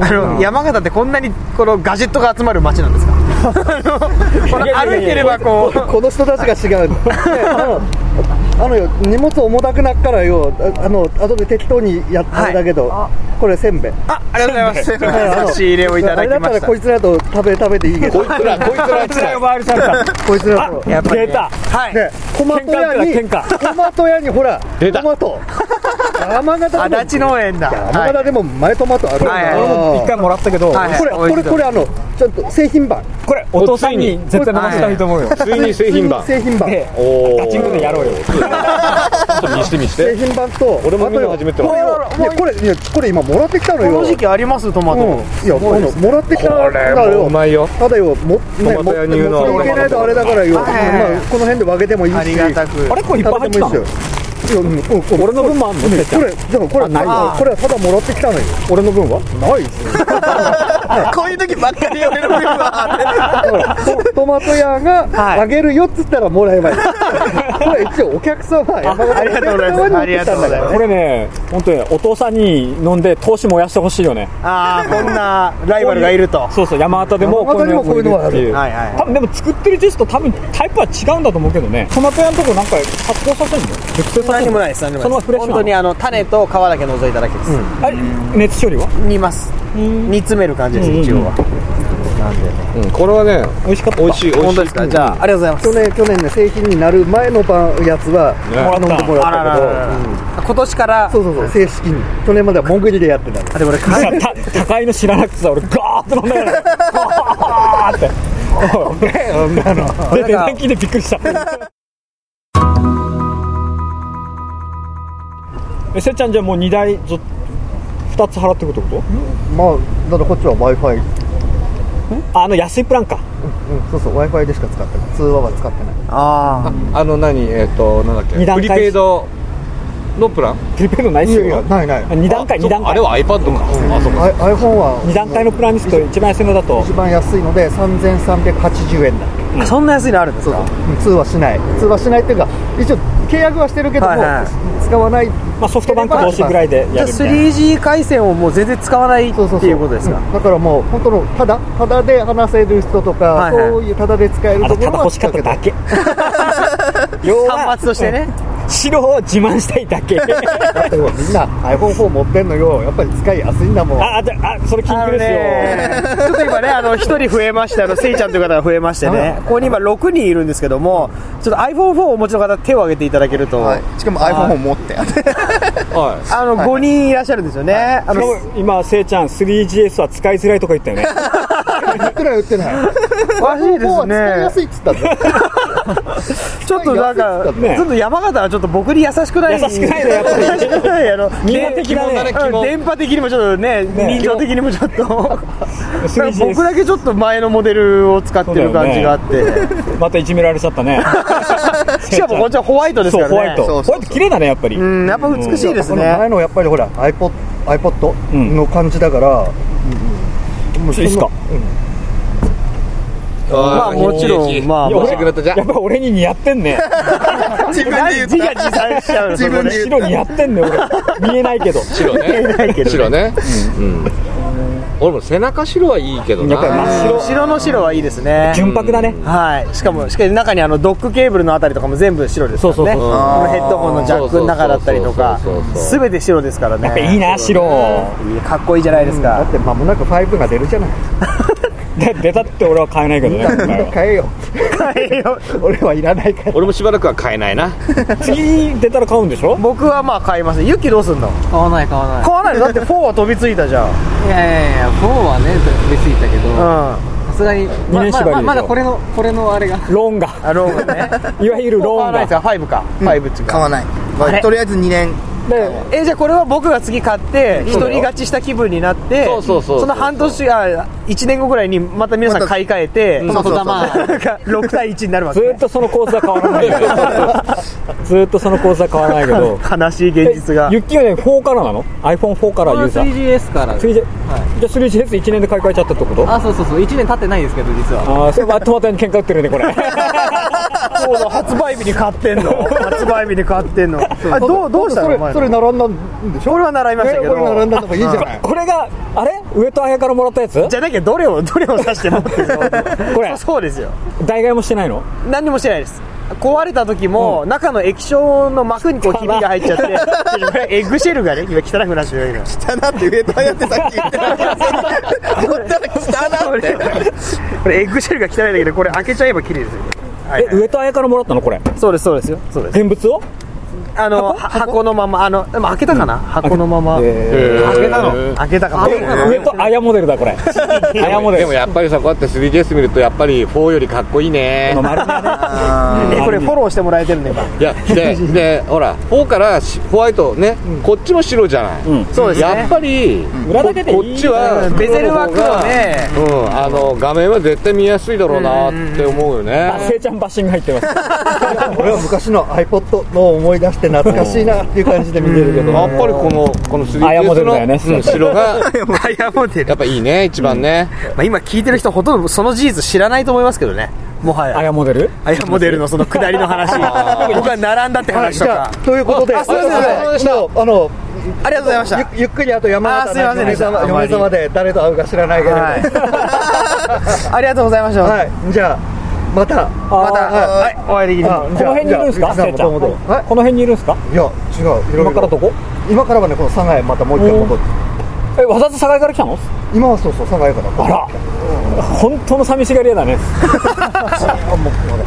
S2: あの、山形ってこんなに、このガジェットが集まる街なんですか。あのこの歩いてれば、こう。
S7: この人たちが違 うの。ねあのあのよ荷物重たくなっからよああの後で適当にやってるだけど、これせんべい
S2: あ、ありがとうござい
S7: あ
S2: ま す。
S7: の
S2: 差し入れをいただ
S7: あれだ
S2: き
S7: っ
S2: ま
S7: たら
S2: した
S7: こ。いつらと食べ食べていいけど
S4: こいつらこいつら
S5: つ ら呼ばわりされた
S7: こいつらと
S2: やっぱりね
S5: 出た
S2: はい。
S7: ねトマト屋に
S5: 喧嘩って
S7: トマト屋にほら
S4: 出た
S7: トマト 山形でも
S2: 足立農園だ。
S7: 山
S2: はい
S7: 形でも前トマトあるんだ
S2: はい
S5: 俺も一回もらったけど
S2: はい
S7: これこれこれあのちゃんと製品版
S5: これお父さんに絶対飲ませたいと思うよ
S4: ついに製品版
S7: 製品版
S5: で
S4: おお
S5: ガチンコでやろうよ
S4: ちょっと見して見し
S7: 製
S4: て
S7: 品版と
S4: 俺も見るの
S7: あと
S4: 初
S7: よ
S4: めてだ
S7: これをいやこれいやこれ今もらってきたのよ
S2: この時期あります、トマト。
S7: うんいやこのもらってきたのよ
S4: うまいよ
S7: ただよもね
S4: トマ
S7: 持
S4: ト
S7: っ
S4: 屋
S7: て
S4: に言うのは
S7: 持っていけないとあれだからよ
S2: はいはいはい
S7: まあこの辺で分けてもいいし
S2: ありがたく。
S5: あれこれいっぱい入ってた
S7: 食べてもいい
S5: の
S7: しよいやうんうんこれ
S5: 俺の分もあんの
S7: ねこれでもこれ
S5: ない
S7: あこれはただもらってきたのよ
S5: 俺の分は
S7: ないですよ
S6: あこういう時ばっかり俺の分は
S7: だからトトマト屋があげるよっつったらもら えばいいこれ一応お客様山形の
S2: ありがとうございます
S7: お客様に持ってきたんだから
S5: これね本当にお父さんに飲んで投資燃やしてほしいよね
S2: ああ、こんなライバルがいると。
S5: そうそう山形でも
S7: 山形にもこういうのがある
S5: こういうのが
S2: はいはい
S5: 多分でも作ってるジュースと多分タイプは違うんだと思うけどねトマト屋のとこなんか発酵させるの
S2: そ何もないです何もないです
S5: そのままフレッシュなの
S2: 本当にあの種と皮だけ除いただけです、
S5: あれ熱処理は
S2: 煮ます煮詰める感じです、一応は
S4: うんこれはね
S5: 美味しかった
S4: 美味しい美味しい
S2: 本当ですか、じゃあありがとうございます
S7: 去年去年ね製品になる前の晩やつは
S5: もらった
S7: 飲んでもら
S2: あららら
S7: ったけどうん
S2: 今年から
S7: そうそうそう正式に去年まではモングリでやって たの
S2: あでも俺か
S5: なんかた高いの知らなくてさ俺ガーッと飲んだからガーって出てない聞いてびっくりしたえせっちゃんじゃあもう2台ず2つ払ってくってこと
S7: まあだからこっちは w i f i
S5: ああの安いプランか
S7: うんそうそう w i f i でしか使ってない通話は使ってない
S2: ああ
S4: あの何えっ、となんだっけ
S5: 二段
S4: プ
S5: 階
S4: リペイドのプラン
S5: プリペイドないっすよ
S7: ないない
S5: 2段階
S4: あそ
S5: 2
S4: うか
S5: 段階
S4: あれは iPad か、あそうか
S7: I- iPhone は
S5: 二段階のプランにすると一番安いのだと
S7: 一番安いので3380円だ
S2: あそんな安いのあるんです
S7: そう
S2: か
S7: そううん通話しない通話しないっていうか一応契約はしてるけども、
S2: はいはい
S7: 使わない
S5: まあ、ソフトバンク同士ぐらいで
S2: じゃ
S5: や
S2: あ
S5: るみたいな
S2: 3G 回線をもう全然使わないって
S7: そうそうそう
S2: いうことですか
S7: んだからもう本当のただただで話せる人とか、
S2: はいはい
S7: そういうただで使える
S5: あ
S7: と
S5: と
S7: ころ
S5: ただ
S7: は
S5: 欲しかっただけ要
S2: 単
S5: は
S2: 発としてね
S5: 白を自慢したいだけ
S7: だってみんな iPhone4 持ってんのよやっぱり使いやすいんだもん
S5: ああであそれ禁
S2: あ
S5: 句
S2: の
S5: ですよ
S2: ねちょっと今ねあの一人増えましてあのせいちゃんという方が増えましてねここに今6人いるんですけどもちょっと iPhone4 をお持ちの方手を挙げていただけると、
S6: しかも iPhone を持って
S4: はい
S2: あの5人いらっしゃるんですよね、あ
S5: しか
S2: の
S5: も今せいちゃん 3GS は使いづらいとか言ったよね
S7: いくら言ってない
S2: らしいですね
S7: iPhone4 は使いやすいっつったんだよ
S2: ちょっとなんか、
S5: ね
S2: ちょっと山形はちょっと僕に優しくない
S5: 優しくないねやっぱり
S2: 優しくないあの
S5: 疑問的だね
S2: ね
S4: 疑問
S2: 電波的にもちょっとね人情的にもちょっとなんか
S5: 3GS
S2: 僕だけちょっと前のモデルを使ってる感じがあって、
S5: またいじめられちゃったね
S2: しかもこっちはホワイトですか
S5: そう
S2: らね
S5: ホワイト
S2: う
S6: そうそうそう
S5: ホワイト綺麗だねやっぱり
S2: んやっぱ美しいです
S7: この前
S2: ね
S7: のやっぱりほら iPod, iPod の感じだから、うんうんもう
S5: ちょいいっすか
S7: うん
S4: ま
S2: あもちろんまあ
S4: 惜しくなったじゃん
S5: やっぱ俺に似合ってんね。
S6: 自分で言った
S8: 自画自賛しちゃうの
S6: 自分で
S5: 白似合ってんね、俺。見えないけど。
S4: 白
S8: ない
S4: ね
S8: けどね
S4: 白ねうん俺も背中白はいいけど
S5: やっぱり
S4: な
S5: 真っ白。
S2: 白の白はいいですね
S5: 純白だね。
S2: はいしかもしかも中にあのドックケーブルのあたりとかも全部白ですからね
S5: そうそうそう
S2: このヘッドホンのジャックの中だったりとか
S4: そうそうそうそう
S2: 全て白ですからね
S5: やっぱいいな、白。
S2: いいかっこいいじゃないです
S7: だ
S2: か
S7: って間もなく5が出る じゃない
S5: で出たって俺は買えないけどね。お前は
S7: 買えよ俺はいらないから
S4: 俺もしばらくは買えないな
S5: 次出たら買うんでしょ
S2: 僕はまあ買いますユッキーどうすんの
S3: 買わない買わな
S2: 買わないのだって4は飛びついたじゃん
S3: いいやいやいや4はね出過ぎたけど
S2: うんあ
S3: さすがに
S5: 二年縛りでしょ
S3: まままだこれのこれのあれが
S5: ローンが。
S2: ローがね
S5: いわゆる
S2: 買
S5: ロー
S2: わ
S5: ン
S2: ないです
S5: が。
S2: か5か5っていうか
S6: 買わない、ま
S2: あれ
S6: あ、とりあえず2年
S5: で
S2: えじゃあこれは僕が次買って一人勝ちした気分になって
S4: そうそうそうそう
S2: の半年あ1年後ぐらいにまた皆さん買い替えて、
S6: またそうそうそう
S2: なんか6対1になるわけ
S5: ず
S2: ね、
S5: ーっとその構図は変わらないよ。ずーっとその構図は変わらないけど。
S2: 悲しい現実が
S5: えユッキーはね、4からなの ?iPhone4 からユーザー。
S3: 3GS から
S5: 3G じゃあ 3GS1 年で買い替えちゃったってこと
S3: あそうそうそう1年経ってないですけど実は
S5: ああ、それはトマトに喧嘩売ってるね、これ。
S2: そうだ発売日に買ってんの発売日に買ってんのあどうどうしたのお前
S7: それそれ並んだんでしょ
S2: 俺は習いましたけ
S7: え俺並ん
S2: ど
S7: だのがいいじゃない
S5: これが、あれ上戸彩からもらったやつ
S2: じゃなきゃどれをどれを指して持ってるの
S5: これ
S2: そうそうですよ
S5: 代替えもしてないの
S2: 何にもしてないです壊れた時も、中の液晶の膜にこうひびが入っちゃってこれエッグシェルがね今汚くなってるよ今
S6: 汚って上とやってさっき言ってなかった本当に汚って
S2: これエッグシェルが汚いんだけどこれ開けちゃえば綺麗ですよはい
S5: え、上戸彩からもらったのこれ。
S2: そうですそうですよそうです
S5: 現物を
S2: あのは箱のままあのでも開けたかな、箱のまま
S4: 開
S2: 開けたの開けたかも
S5: 上戸彩モデルだ、これ。彩モデ
S4: で
S5: ル
S4: も。やっぱりさこうやって 3DS 見るとやっぱり4よりかっこいいね
S5: この丸めね
S2: えこれフォローしてもらえてるね今
S4: いやででほら4からしホワイトね、こっちも白じゃない、
S5: うん
S2: そうですね
S4: やっぱり、
S5: 裏だけでいい
S4: こっちは
S2: ベゼル枠はね
S4: うん、あの画面は絶対見やすいだろうなって思うよね
S5: あ、せいちゃんバッシング入ってます。
S7: 俺は昔の iPod のを思い出して懐かしいなっていう感じで見てるけど
S4: やっぱりこのこの
S5: あいやモデ
S4: 3DS
S5: ルだよ
S4: の、
S5: ね
S4: うん白が
S2: ダイヤモデル
S4: やっぱいいね一番ね、
S2: まあ、今聞いてる人ほとんどその事実知らないと思いますけどねもはや
S5: 彩モデル
S2: あやモデルのその下りの話僕は並んだって話と
S7: じゃ
S2: か
S7: あということで
S2: ああすいません
S7: あのあの
S2: ありがとうございました
S7: ゆゆっくりあと山形
S2: あすいませんで
S7: の
S2: した
S7: 様
S2: あま
S7: 嫁
S2: り
S7: 様で誰と会うか知らないけれど
S2: はい、 ありがとうございました、
S7: はいじゃあまた
S2: また
S7: は
S2: はいいお会いできる
S7: あ
S5: この辺にいるんですか
S7: じゃあ
S5: せいちゃん。こ
S7: も
S5: と
S7: もとはい
S5: の辺にいるんですか
S7: いや違ういろいろ
S5: 今からどこ
S7: 今からはねこの佐賀へまたもう一回戻って
S5: え、わざわざ境から来たの
S7: 今はそうそう佐賀へから
S5: あら。本当の寂しがり屋だね。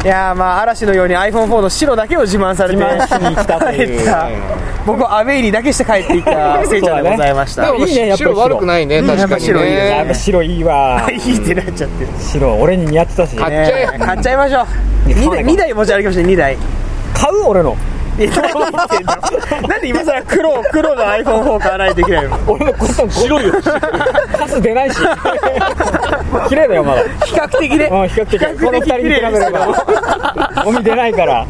S2: いやーまあ嵐のように iPhone4 の白だけを自慢されて
S5: 自慢しに来たという
S2: 帰った 僕はアウェイにだけして帰っていったせいちゃんでございました、
S5: いいね、やっぱり
S4: 白悪くないね確かに
S2: やっぱ白いい
S5: やっぱ
S4: ね
S5: 白いいわ。
S2: いいってなっちゃってる、ね
S5: 白、俺に似合ってたし。
S4: 買
S5: 買
S4: っちゃえ
S2: え、買っちゃいましょう
S5: や買
S2: 2,
S5: わな
S2: 台
S5: いか
S2: 二台持ち歩きましょう2台
S5: う俺の。
S2: いや何言ってんのなんで今さら黒を黒の iPhone4 買わないといけないの
S5: 俺のこっちの白いよ。カス出ないし。 綺麗だよ、まだ。うん、
S2: 比較的ね
S5: 比較的。この二人に比べれば。ゴミ出ないから。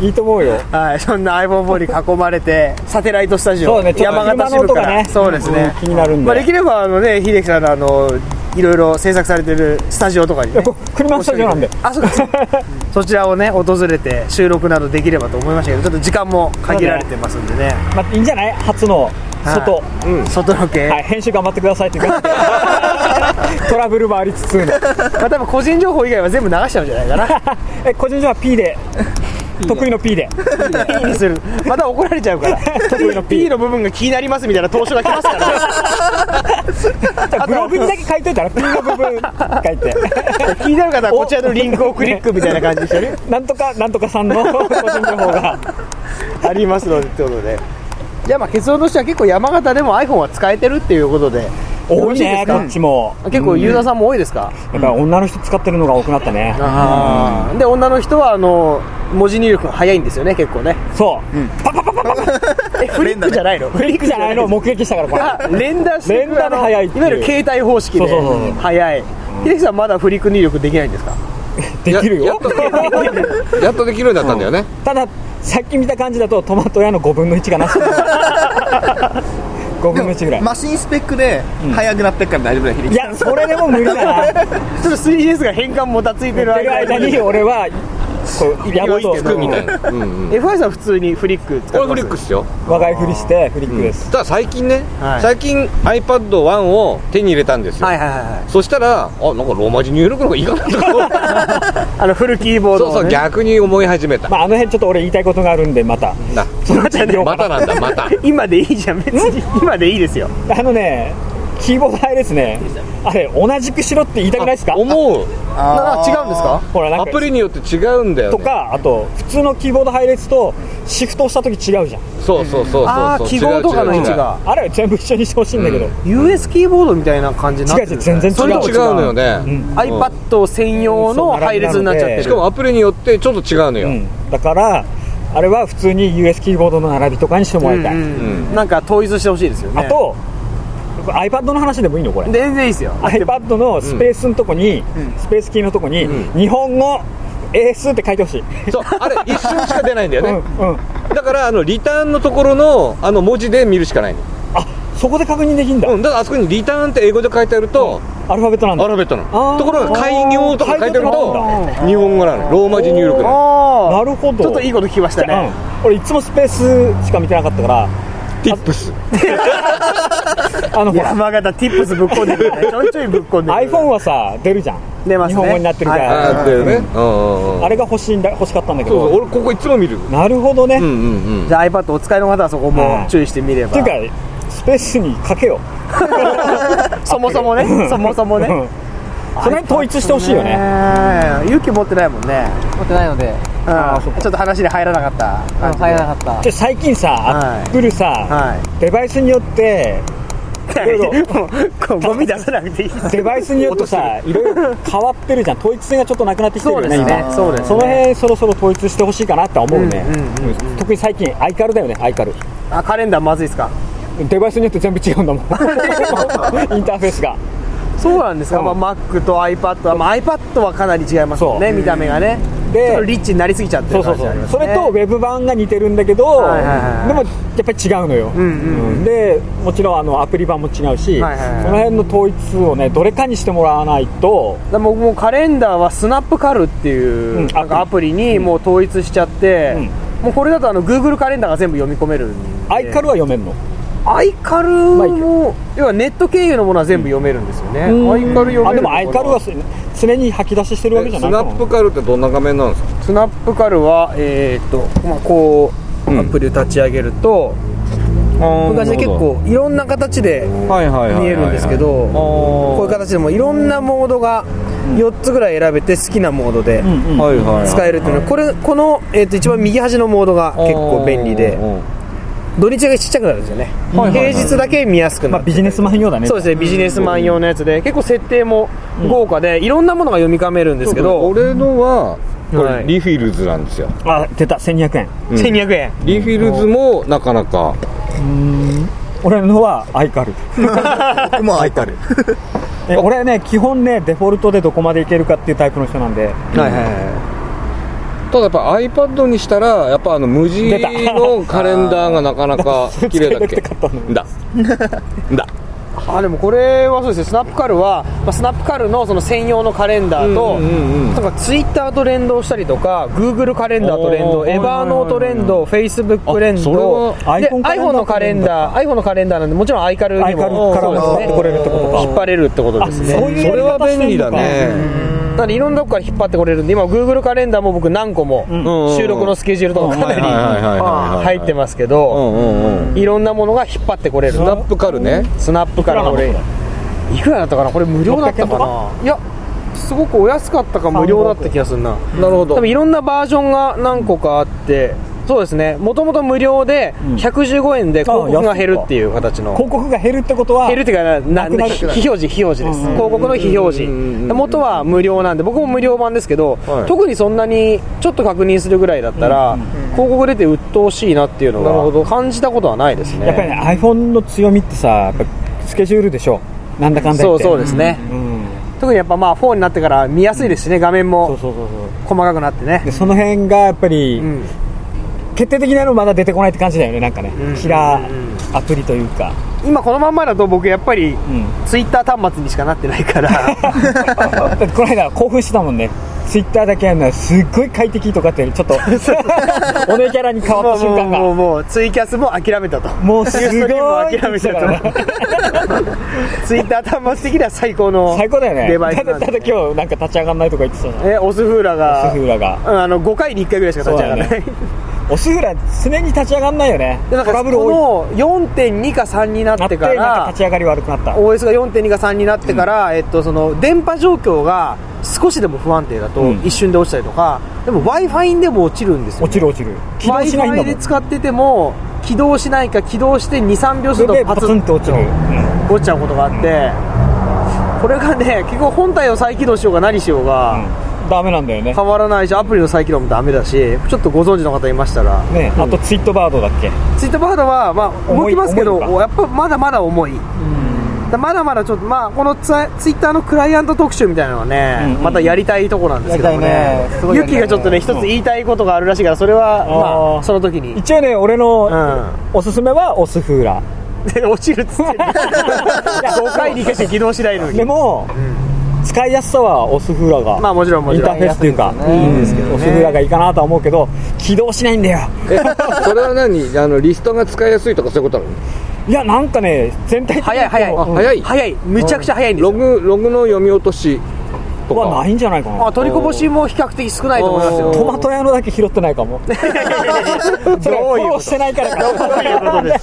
S5: いいと思うよ。
S2: はい、そんな iPhone4 に囲まれて、サテライトスタジオ、
S5: そうねちょっと
S2: 山形支部か
S5: 車の音が
S2: ら、
S5: ね
S2: そうですね、
S5: 気になるんで
S2: まあ、できればあの、ね、秀樹さんのあのいろいろ制作されてるスタジオとかに、ね、
S5: こ車のスタジオなんで。
S2: あそうかそう かそちらをね、訪れて収録などできればと思いましたけど、ちょっと時間も限られてますんでね、
S5: まあ、いいんじゃない初の外。
S2: は外ロケ、
S5: はい、編集頑張ってくださいって言って トラブルもありつつの
S2: まあ、多分個人情報以外は全部流しちゃうんじゃないかな。
S5: え個人情報は P で得意の P で
S2: P にするまた怒られちゃうから P, の P の部分が気になりますみたいな投書が来ます から
S5: じゃあブログにだけ書いといたら P の部分書いて
S2: 気になる方はこちらのリンクをクリックみたいな感じでしてね
S5: なんとかなんとかさ んの個人情報が
S2: ありますのでということでじゃあまあ結論としては結構山形でも iPhone は使えてるっていうことで
S5: 多い
S2: よろし
S5: ね
S2: です
S5: こ
S2: か
S5: っちも
S2: 結構ユーザーさんも多いですか、
S5: やっぱ女の人使ってるのが多くなったね
S2: あーで女の人はあの文字入力が早いんですよね結構ね
S5: そう、パパパパパパ
S2: えフリックじゃないの
S5: フリックじゃないのを目撃したからこれ
S2: あ 連打して
S5: 連打で早いっていう
S2: わゆる携帯方式で
S5: そうそうそう
S2: 早い秀樹さんまだフリック入力できないんですか
S5: できる
S4: やや
S5: よ
S4: っと やっとできるようになったんだよね、
S5: たださっき見た感じだとトマト屋の5分の1がなし5分の1ぐらい
S6: マシンスペックで
S5: うん
S6: 速くなってっから大丈夫だよ秀樹
S5: いやそれでも無理だな
S2: ちょっと 3GS が変換もたついてる
S5: その
S2: 間
S5: 間
S2: に
S5: に俺はこうやぼいと
S2: 行くみたい
S5: な
S4: うんうん
S2: FI さん普通にフリック使って
S4: 俺
S2: ます
S4: フリックっすよ
S5: 若いふりしてフリックです、
S4: ただ最近ね、
S2: はい
S4: 最近 iPad1 を手に入れたんですよ、
S2: はいはいはいはい
S4: そしたらあなんかローマ字入力の方がいいか なと
S2: あのフルキーボード
S4: そう
S2: を
S4: そう
S2: ね
S4: 逆に思い始めた、
S5: まあ、あの辺ちょっと俺言いたいことがあるんでまた
S4: な
S5: そのうちに言おうか
S4: ま
S5: な
S4: たなんだ また
S2: 今でいいじゃん別に今でいいですよ
S5: あのねキーボードあれですねあれ同じくしろって言いたくないですか
S4: 思う
S2: あ違うんですか
S5: ほらなん
S4: ア
S5: か
S4: プリによって違うんだよ、ね、
S5: とかあと普通のキーボード配列とシフト押した時違うじゃん
S4: そうそうそうそうそう
S2: ああ記号とかの位置が
S5: あれは全部一緒にしてほしいんだけど、
S4: う
S2: US キーボードみたいな感じになってるんですね
S5: 違う違う全然
S2: それとも
S4: 違うのよね、
S5: うん
S2: iPad 専用の配列になっちゃってる
S4: しかもアプリによってちょっと違うのよ、
S5: うんだからあれは普通に US キーボードの並びとかにしてもらいたい、
S2: うんうん
S4: う
S2: なんか統一してほしいですよね
S5: あと、これ iPad の話でもいいのこれ
S2: 全然いいですよ
S5: iPad のスペースのとこに、スペースキーのとこに、
S4: う
S5: 日本語英数って書いてほしい、
S4: そうあれ一瞬しか出ないんだよ
S5: う
S4: ね、
S5: んうん、
S4: だからあのリターンのところのあの文字で見るしかないの、
S5: あそこで確認できんだ、
S4: うん、だからあそこにリターンって英語で書いてあると、
S5: アルファベットなんだ
S4: アルファベットな
S5: あ
S4: の
S5: ー
S4: ところが開業とか書いてあ
S5: 開
S4: る
S5: 業
S4: と日本語なのローマ字入力なの
S2: あ
S5: なるほど
S2: ちょっといいこと聞きましたね
S5: うん俺いつもスペースしか見てなかったから
S4: ティップス
S5: あのほら
S2: 山形 Tips ぶっこんでくるねちょいちょいぶっこんでくる
S5: iPhone はさ出るじゃん
S2: 出ますね
S5: 日本語になってるから、
S2: はい
S4: ああだよねうんうんうん
S5: あれが欲しいんだ欲しかったんだけ
S4: そう
S5: ど
S4: そう俺ここいつも見る
S5: なるほどね、
S4: うん
S5: っ
S4: うんうん
S2: じゃあ iPad お使いの方はそこも注意してみれば
S5: ていうかスペースにかけよう
S2: そもそもね そもそもね
S5: うんその辺統一してほしいよね
S2: ね勇気持ってないもんね
S3: 持ってないので
S2: うんちょっと話に入らなかった
S3: あの
S2: 感じで
S3: 入らなかった
S5: で最近さ、
S2: はい
S5: アップルさ、
S2: は
S5: デバイスによって いろい
S2: いもうこ うゴミ出さなくていいです
S5: デバイスによっ てさいろいろ変わってるじゃん統一性がちょっとなくなってきてるよね今
S2: そうですね
S5: その辺そろそろ統一してほしいかなって思うね、
S2: うんうん
S5: 特に最近アイカルだよねアイカル
S2: あカレンダーまずいですか
S5: デバイスによって全部違うん だもんインターフェースが
S2: そうなんですか、
S5: うん
S2: まあ、Mac と iPad は、まあ、iPad はかなり違いますもんね
S5: そ
S2: 見た目がね
S5: で
S2: ちょっとリッチになりすぎちゃって
S5: そ
S2: る
S5: うそ
S2: 感
S5: う
S2: じが
S5: そ
S2: あり
S5: う
S2: ます
S5: そ
S2: ね
S5: れとウェブ版が似てるんだけど、
S2: はいはいはい
S5: でもやっぱり違うのよ、
S2: うんうん
S5: うんでもちろんあのアプリ版も違うし、
S2: はいはいはい
S5: その辺の統一をねどれかにしてもらわないと
S2: だからもうもうカレンダーはスナップカルっていう、
S5: うん
S2: なんかアプリにもう統一しちゃって、
S5: うん
S2: もうこれだとあの Google カレンダーが全部読み込めるんで
S5: アイカルは読めんの、
S2: アイカル
S5: まあいい
S2: も要はネット経由のものは全部読めるんですよね、アイカル読める
S5: あでもアイカルはす常に吐き出ししてるわけ
S4: え
S5: じゃ
S4: ス
S5: ないか
S4: ナ
S5: も
S4: ップカルってどんな画面なんですか
S2: スナップカルはえーっと、まあ、こうアプリを立ち上げると、昔で結構いろんな形で
S4: はいはい
S2: 見えるんですけど、こういう形でもいろんなモードが4つぐらい選べて好きなモードで
S5: うんうん
S4: はいはい
S2: 使えるっていうのはこれこの、えー、と一番右端のモードが結構便利で土日がちっちゃくなるんですよね
S5: はいは
S2: 平
S5: い
S2: 日だけ見やすく
S5: ま
S2: な
S5: あ、
S2: る
S5: ビジネスマン用だね
S2: そうですねビジネスマン用のやつで結構設定も豪華でいろんなものが読み込めるんですけど
S4: 俺のはこ
S2: は
S4: れ
S2: い
S4: リフィルズなんですよ
S5: あ出た1200円
S4: うん
S2: 1200円
S4: リフィルズもなかなか
S5: 俺のはアイカル
S6: もう開いてある
S5: え俺ね基本ねデフォルトでどこまでいけるかっていうタイプの人なんで
S2: はいはいは
S4: ただやっぱ iPad にしたらやっぱあの無地
S5: 出た
S4: のカレンダーがなか なか綺麗だっ
S5: 使
S4: け
S5: いたくて買ったの
S4: だだ
S2: いあでもこれはそうですねスナップカルは、まあ、スナップカルのその専用のカレンダーと、
S4: うんうんうんうん
S2: なんかツイッターと連動したりとか Google カレンダーと連動
S5: おー
S2: エバーノート連動 Facebook 連
S4: それ
S2: 動
S4: は
S2: で
S5: iPhone カレンダー
S2: iPhone のカレンダー iPhone のカレンダーなんでもちろん iCal
S5: ア
S2: に
S5: イカル
S2: も
S5: からも
S2: そう
S5: 引
S2: です
S5: って
S2: ね
S5: これるってことか
S2: 引っ張れるってことですね
S5: あそういうや
S4: それ
S5: り
S4: は
S5: 方して
S4: 便
S5: ん
S4: 利
S5: の
S4: だ
S5: か
S4: ね
S2: なんでいろんなとこから引っ張ってこれるんで今 Google カレンダーも僕何個も
S4: ん
S2: 収録のスケジュールとかかなり
S4: うんはいはいはいはいはい
S2: 入ってますけ
S4: う
S2: ど
S4: んうんうん
S2: いろんなものが引っ張ってこれる
S4: スナップカルね
S2: スナップからこれいくらだったかなこれ無料だったかないやすごくお安かったか無料だった気がするな
S4: なるほ
S2: 多
S4: ど
S2: 分いろんなバージョンが何個かあってそうですねもともと無料で115円で広告が減るっていう形の
S5: 広告が減るってことは
S2: 減るっていうかなな
S5: なくなる
S2: 非非表示非表示です
S5: うん
S2: 広告の非表示
S4: うんうんうんうん
S2: 元は無料なんで僕も無料版ですけど、
S4: はい
S2: 特にそんなにちょっと確認するぐらいだったら、広告出て鬱陶しいなっていうの
S4: なるほ
S2: は感じたことはないですね
S5: やっぱりね iPhone の強みってさやっぱスケジュールでしょなんだかんだ言
S2: そ
S5: っ
S2: う
S5: て
S2: そうですね、
S5: うん
S2: 特にやっぱまあ4になってから見やすいですしね画面
S5: そう
S2: も
S5: そうそうそう
S2: 細かくなってね
S5: でその辺がやっぱり、
S2: うん
S5: 決定的なのまだ出てこないって感じだよねなんかね、
S2: うん
S5: キラ
S2: うん
S5: ーアプリというか、
S2: 今このまんまだと僕やっぱり
S5: うん、
S2: ツイッター端末にしかなってない から
S5: だってこの間興奮してたもんねツイッターだけやるのはすっごい快適とかって ちょっとおねキャラに変わ
S2: もう
S5: った瞬間
S2: もう
S5: が
S2: もうツイキャスも諦めたと
S5: もうす
S2: ユース
S5: ご
S2: トリーム
S5: い
S2: も諦めちゃ
S5: って
S2: った
S5: 言ってたから
S2: ツイッター端末的には最高の
S5: 最高だよね
S2: デバイス
S5: た
S2: な
S5: だ
S2: んで
S5: ただ今日なんか立ち上がんないとか言ってたじゃん
S2: えオスフーラ
S5: オ
S2: が
S5: スフーラが
S2: うんあの5回に1回ぐらいしか立ち上がらな
S5: そうだ
S2: い
S5: よオスフーラ常に立ち上がんないよね
S2: で
S5: ト
S2: なんか
S5: ラ
S2: こ
S5: ブル多
S2: の
S5: い
S2: 4.2か3にな
S5: な
S2: っ
S5: っ
S2: て
S5: てか
S2: から
S5: 立
S2: ら
S5: ち上がり悪くなった
S2: OS が4.2か3になってから、えっと、その電波状況が少しでも不安定だと
S5: うん
S2: 一瞬で落ちたりとか、でも w i f i でも落ちるんですよ、ね、
S5: 落ちる落ちる起動
S2: w i
S5: し
S2: f
S5: ないん
S2: i
S5: だも
S2: で
S5: ん
S2: 使ってても起動しないか起動して23秒す
S5: そ
S2: る
S5: れで
S2: と
S5: パ
S2: パツ
S5: ツン
S2: ン
S5: と
S2: と落
S5: 落ちる、うん
S2: ちちゃうことがあって、これがね結構本体を再起動しようが何しようが、
S5: うんダメなんだよね
S2: 変わらないしアプリの再起動もダメだしちょっとご存知の方いましたら、
S5: ねあとツイットバードだっけ
S2: ツイッターバードは、まあ、動
S5: 重い
S2: きますけど
S5: 重いのか
S2: やっぱまだまだ重い、だまだまだちょっと、まあ、このツイツイッターのクライアント特集みたいなのはね、
S5: うんうん
S2: またやりたいとこなんですけどもね
S3: やりたいねすごい
S2: ユ
S3: やりたいね
S2: キがちょっとね一つ言いたいことがあるらしいからそれは、ま
S5: あ
S2: あ、
S5: ー
S2: その時に、
S5: 一応ね俺の
S2: う
S5: おすすめはオスフーラ
S2: ん、で落ちるっ つって5回に消して起動しないのに
S5: でも、使いやすさはオスフーラが、
S2: まあもちろんも
S5: イ
S2: ち
S5: ンタ
S2: ろ
S5: ー
S2: ん
S5: フェースというか、
S3: いいん
S5: うんオスフーラがいいかなとは思うけど起動しないんだよ
S4: え それは何あのリストが使いやすいとかそういうことなの
S5: いやなんかね全体的に
S2: 早い早い
S5: こう
S4: 早い
S2: 早いむちゃくちゃ早いんです
S4: ロ
S2: よ
S4: グログの読み落としとか
S5: はないんじゃないか
S2: まあ
S5: な
S2: 取りこぼしも比較的少ないと思いますよ
S5: トマト屋のだけ拾ってないかもそれフォローしてないからか
S2: ということで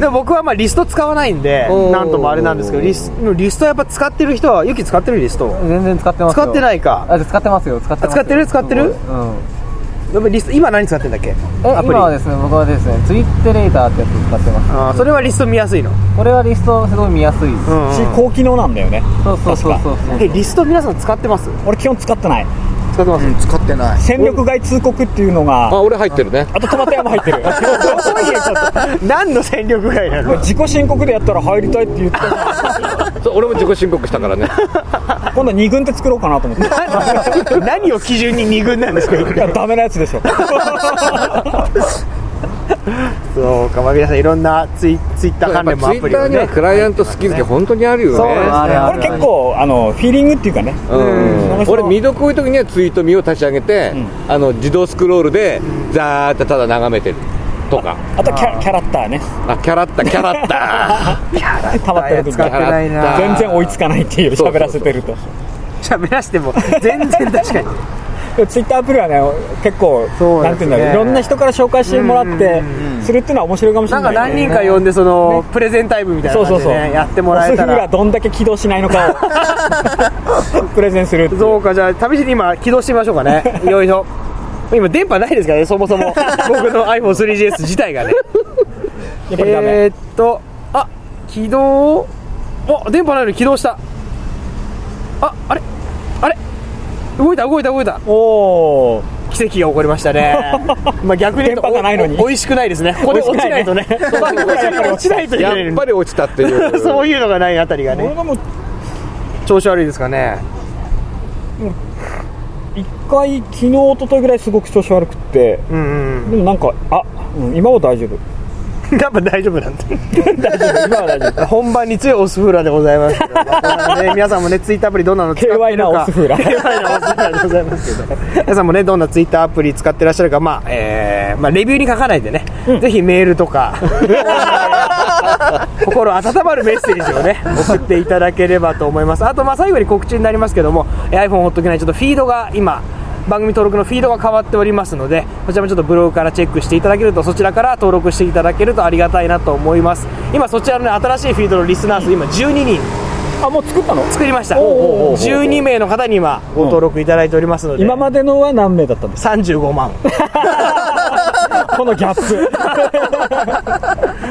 S2: でも僕はまあリスト使わないんで
S4: おー
S2: なんともあれなんですけどリスでもリストやっぱ使ってる人はユキ使ってるリスト
S3: 全然使ってますよ
S2: 使ってないか
S3: あ使ってますよ使ってますよ
S2: あ使ってる使ってる
S3: うん
S2: やっぱリスト今何使ってんだっけ
S3: え
S2: アプリ
S3: 今はですね僕はですねツイッテレーターってやつを使ってます
S2: あーそれはリスト見やすいの、
S3: これはリストすごい見やすいです、
S2: うん
S5: も し高機能なんだよね
S3: そうそうそうそうそう
S2: えリスト皆さん使ってます
S5: 俺基本使ってない
S2: 使ってます、
S6: うん、使ってない。
S5: 戦力外通告っていうのが
S4: あ俺入ってるね
S5: あとトマト屋も入 ってる
S2: 何の戦力外な の
S5: 自己申告でやったら入りたいって言ってた
S4: そう俺も自己申告し たからね
S5: 今度2軍で作ろうかなと思って
S2: 何を基準に二軍なんですか
S5: いやダメなやつでしょ
S2: そうかまあ皆さんいろんなツイツイッター関連もア
S4: ツイ
S2: プ
S4: ッ
S2: リ
S4: ター
S2: を
S4: には
S2: ね
S4: クライアント好き好き本当にあるよね
S2: あれあ
S5: 俺
S2: れ
S5: 結構あのフィーリングっていうかね
S4: うん
S5: うん
S4: 俺、未読こういう時にはツイート見を立ち上げて、あの自動スクロールで、ザーってただ眺めてるとか、
S5: あとキャキャラクターね
S4: あキャラッタ、キャラッタ、
S5: 溜まってる時
S2: 使って
S5: に
S2: ないな
S5: 全然追いつかないっていう
S4: そうそう
S5: 喋らせてると
S2: 喋らせても全然確 かに
S5: ツイッターアプリはね結構
S2: そうですね
S5: なんていうんだろういろんな人から紹介してもらってするっていうのは面白いかもし
S2: な
S5: れ
S2: んか
S5: ない
S2: 何
S5: ね
S2: 人か呼んでその、プレゼンタイムみたいな
S5: そうそ
S2: 感
S5: う
S2: じ
S5: そう
S2: で、ね、やってもらえた
S5: オスフが
S2: ら
S5: どんだけ起動しないのかを プレゼンするっていう
S2: そうかじゃあ試しに今起動してみましょうかねよいしょ今電波ないですからねそも そも僕の iPhone3GS 自体がね
S5: やっぱりダメ、
S2: えーっとあ起動お電波ないのに起動したああれあれ動いた動いた動いた
S5: おお
S2: 奇跡が起こりました ねまあ逆に言うと
S5: 電波がないのに
S2: おお美味しくないですねここで落ちないとねこ こで落ち ないといけない
S4: やっ
S2: の
S4: ぱ
S2: に
S4: り落ちたっていう、
S2: そういうのがないあたりが
S5: 俺
S2: ね
S5: がもう
S2: 調子悪いですかね
S5: 一回昨日一昨日ぐらいすごく調子悪くって
S2: うんうん
S5: でもなんかあ、うん今は大丈夫
S2: やっぱ大丈夫なんで
S5: 大丈夫今は大丈夫
S2: 本番に強いオスフーラでござい ますけど、まあこんなね、皆さんもねツイッターアプリどんなの使ってるか
S5: KY なオスフ ーラ
S2: KY なオスフーラでございますけど皆さんもねどんなツイッターアプリ使ってらっしゃるか、まあえーまあ、レビューに書かないでね、ぜひメールとか心温まるメッセージを ね送っていただければと思いますあとまあ最後に告知になりますけどもえー iPhone ほっとけないちょっとフィードが今番組登録のフィードが変わっておりますのでこちらもちょっとブログからチェックしていただけるとそちらから登録していただけるとありがたいなと思います今そちらの、ね、新しいフィードのリスナー数今12人
S5: あもう作ったの
S2: 作りました
S5: おうおうおうおう
S2: 12名の方に今ご登録いただいておりますので
S5: 今までのは何名だったんです
S2: 35万
S5: かこのギャップ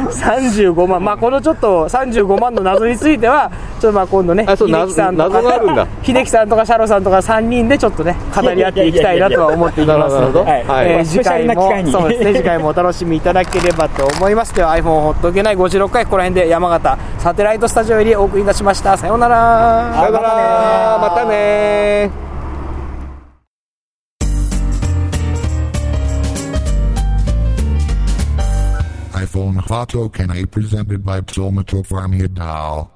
S2: 35万まあこのちょっと35万の謎についてはちょっとまあ今度ね
S4: あそう
S2: 秀樹さんと
S4: 謎謎があるんだ
S2: か 秀樹さんとかシャロさんとか3人でちょっとね語り合っていきたいなとは思っていますので
S4: いやいやいやいやい
S2: え
S5: ま
S4: やいやいやいやいやいやいやはい
S2: ー
S5: あ
S2: 次
S5: スペシャ
S2: 回
S5: ルな機会
S2: も
S5: に
S2: そうですね 次回もお楽しみいただければと思いますでは iPhone をほっとけない56回ここら辺で山形サテライトスタジオよりお送りいたしましたさようなら
S4: さよなら、またねー。
S8: iPhone Phone Hotokenai presented by Tomato from Hidal.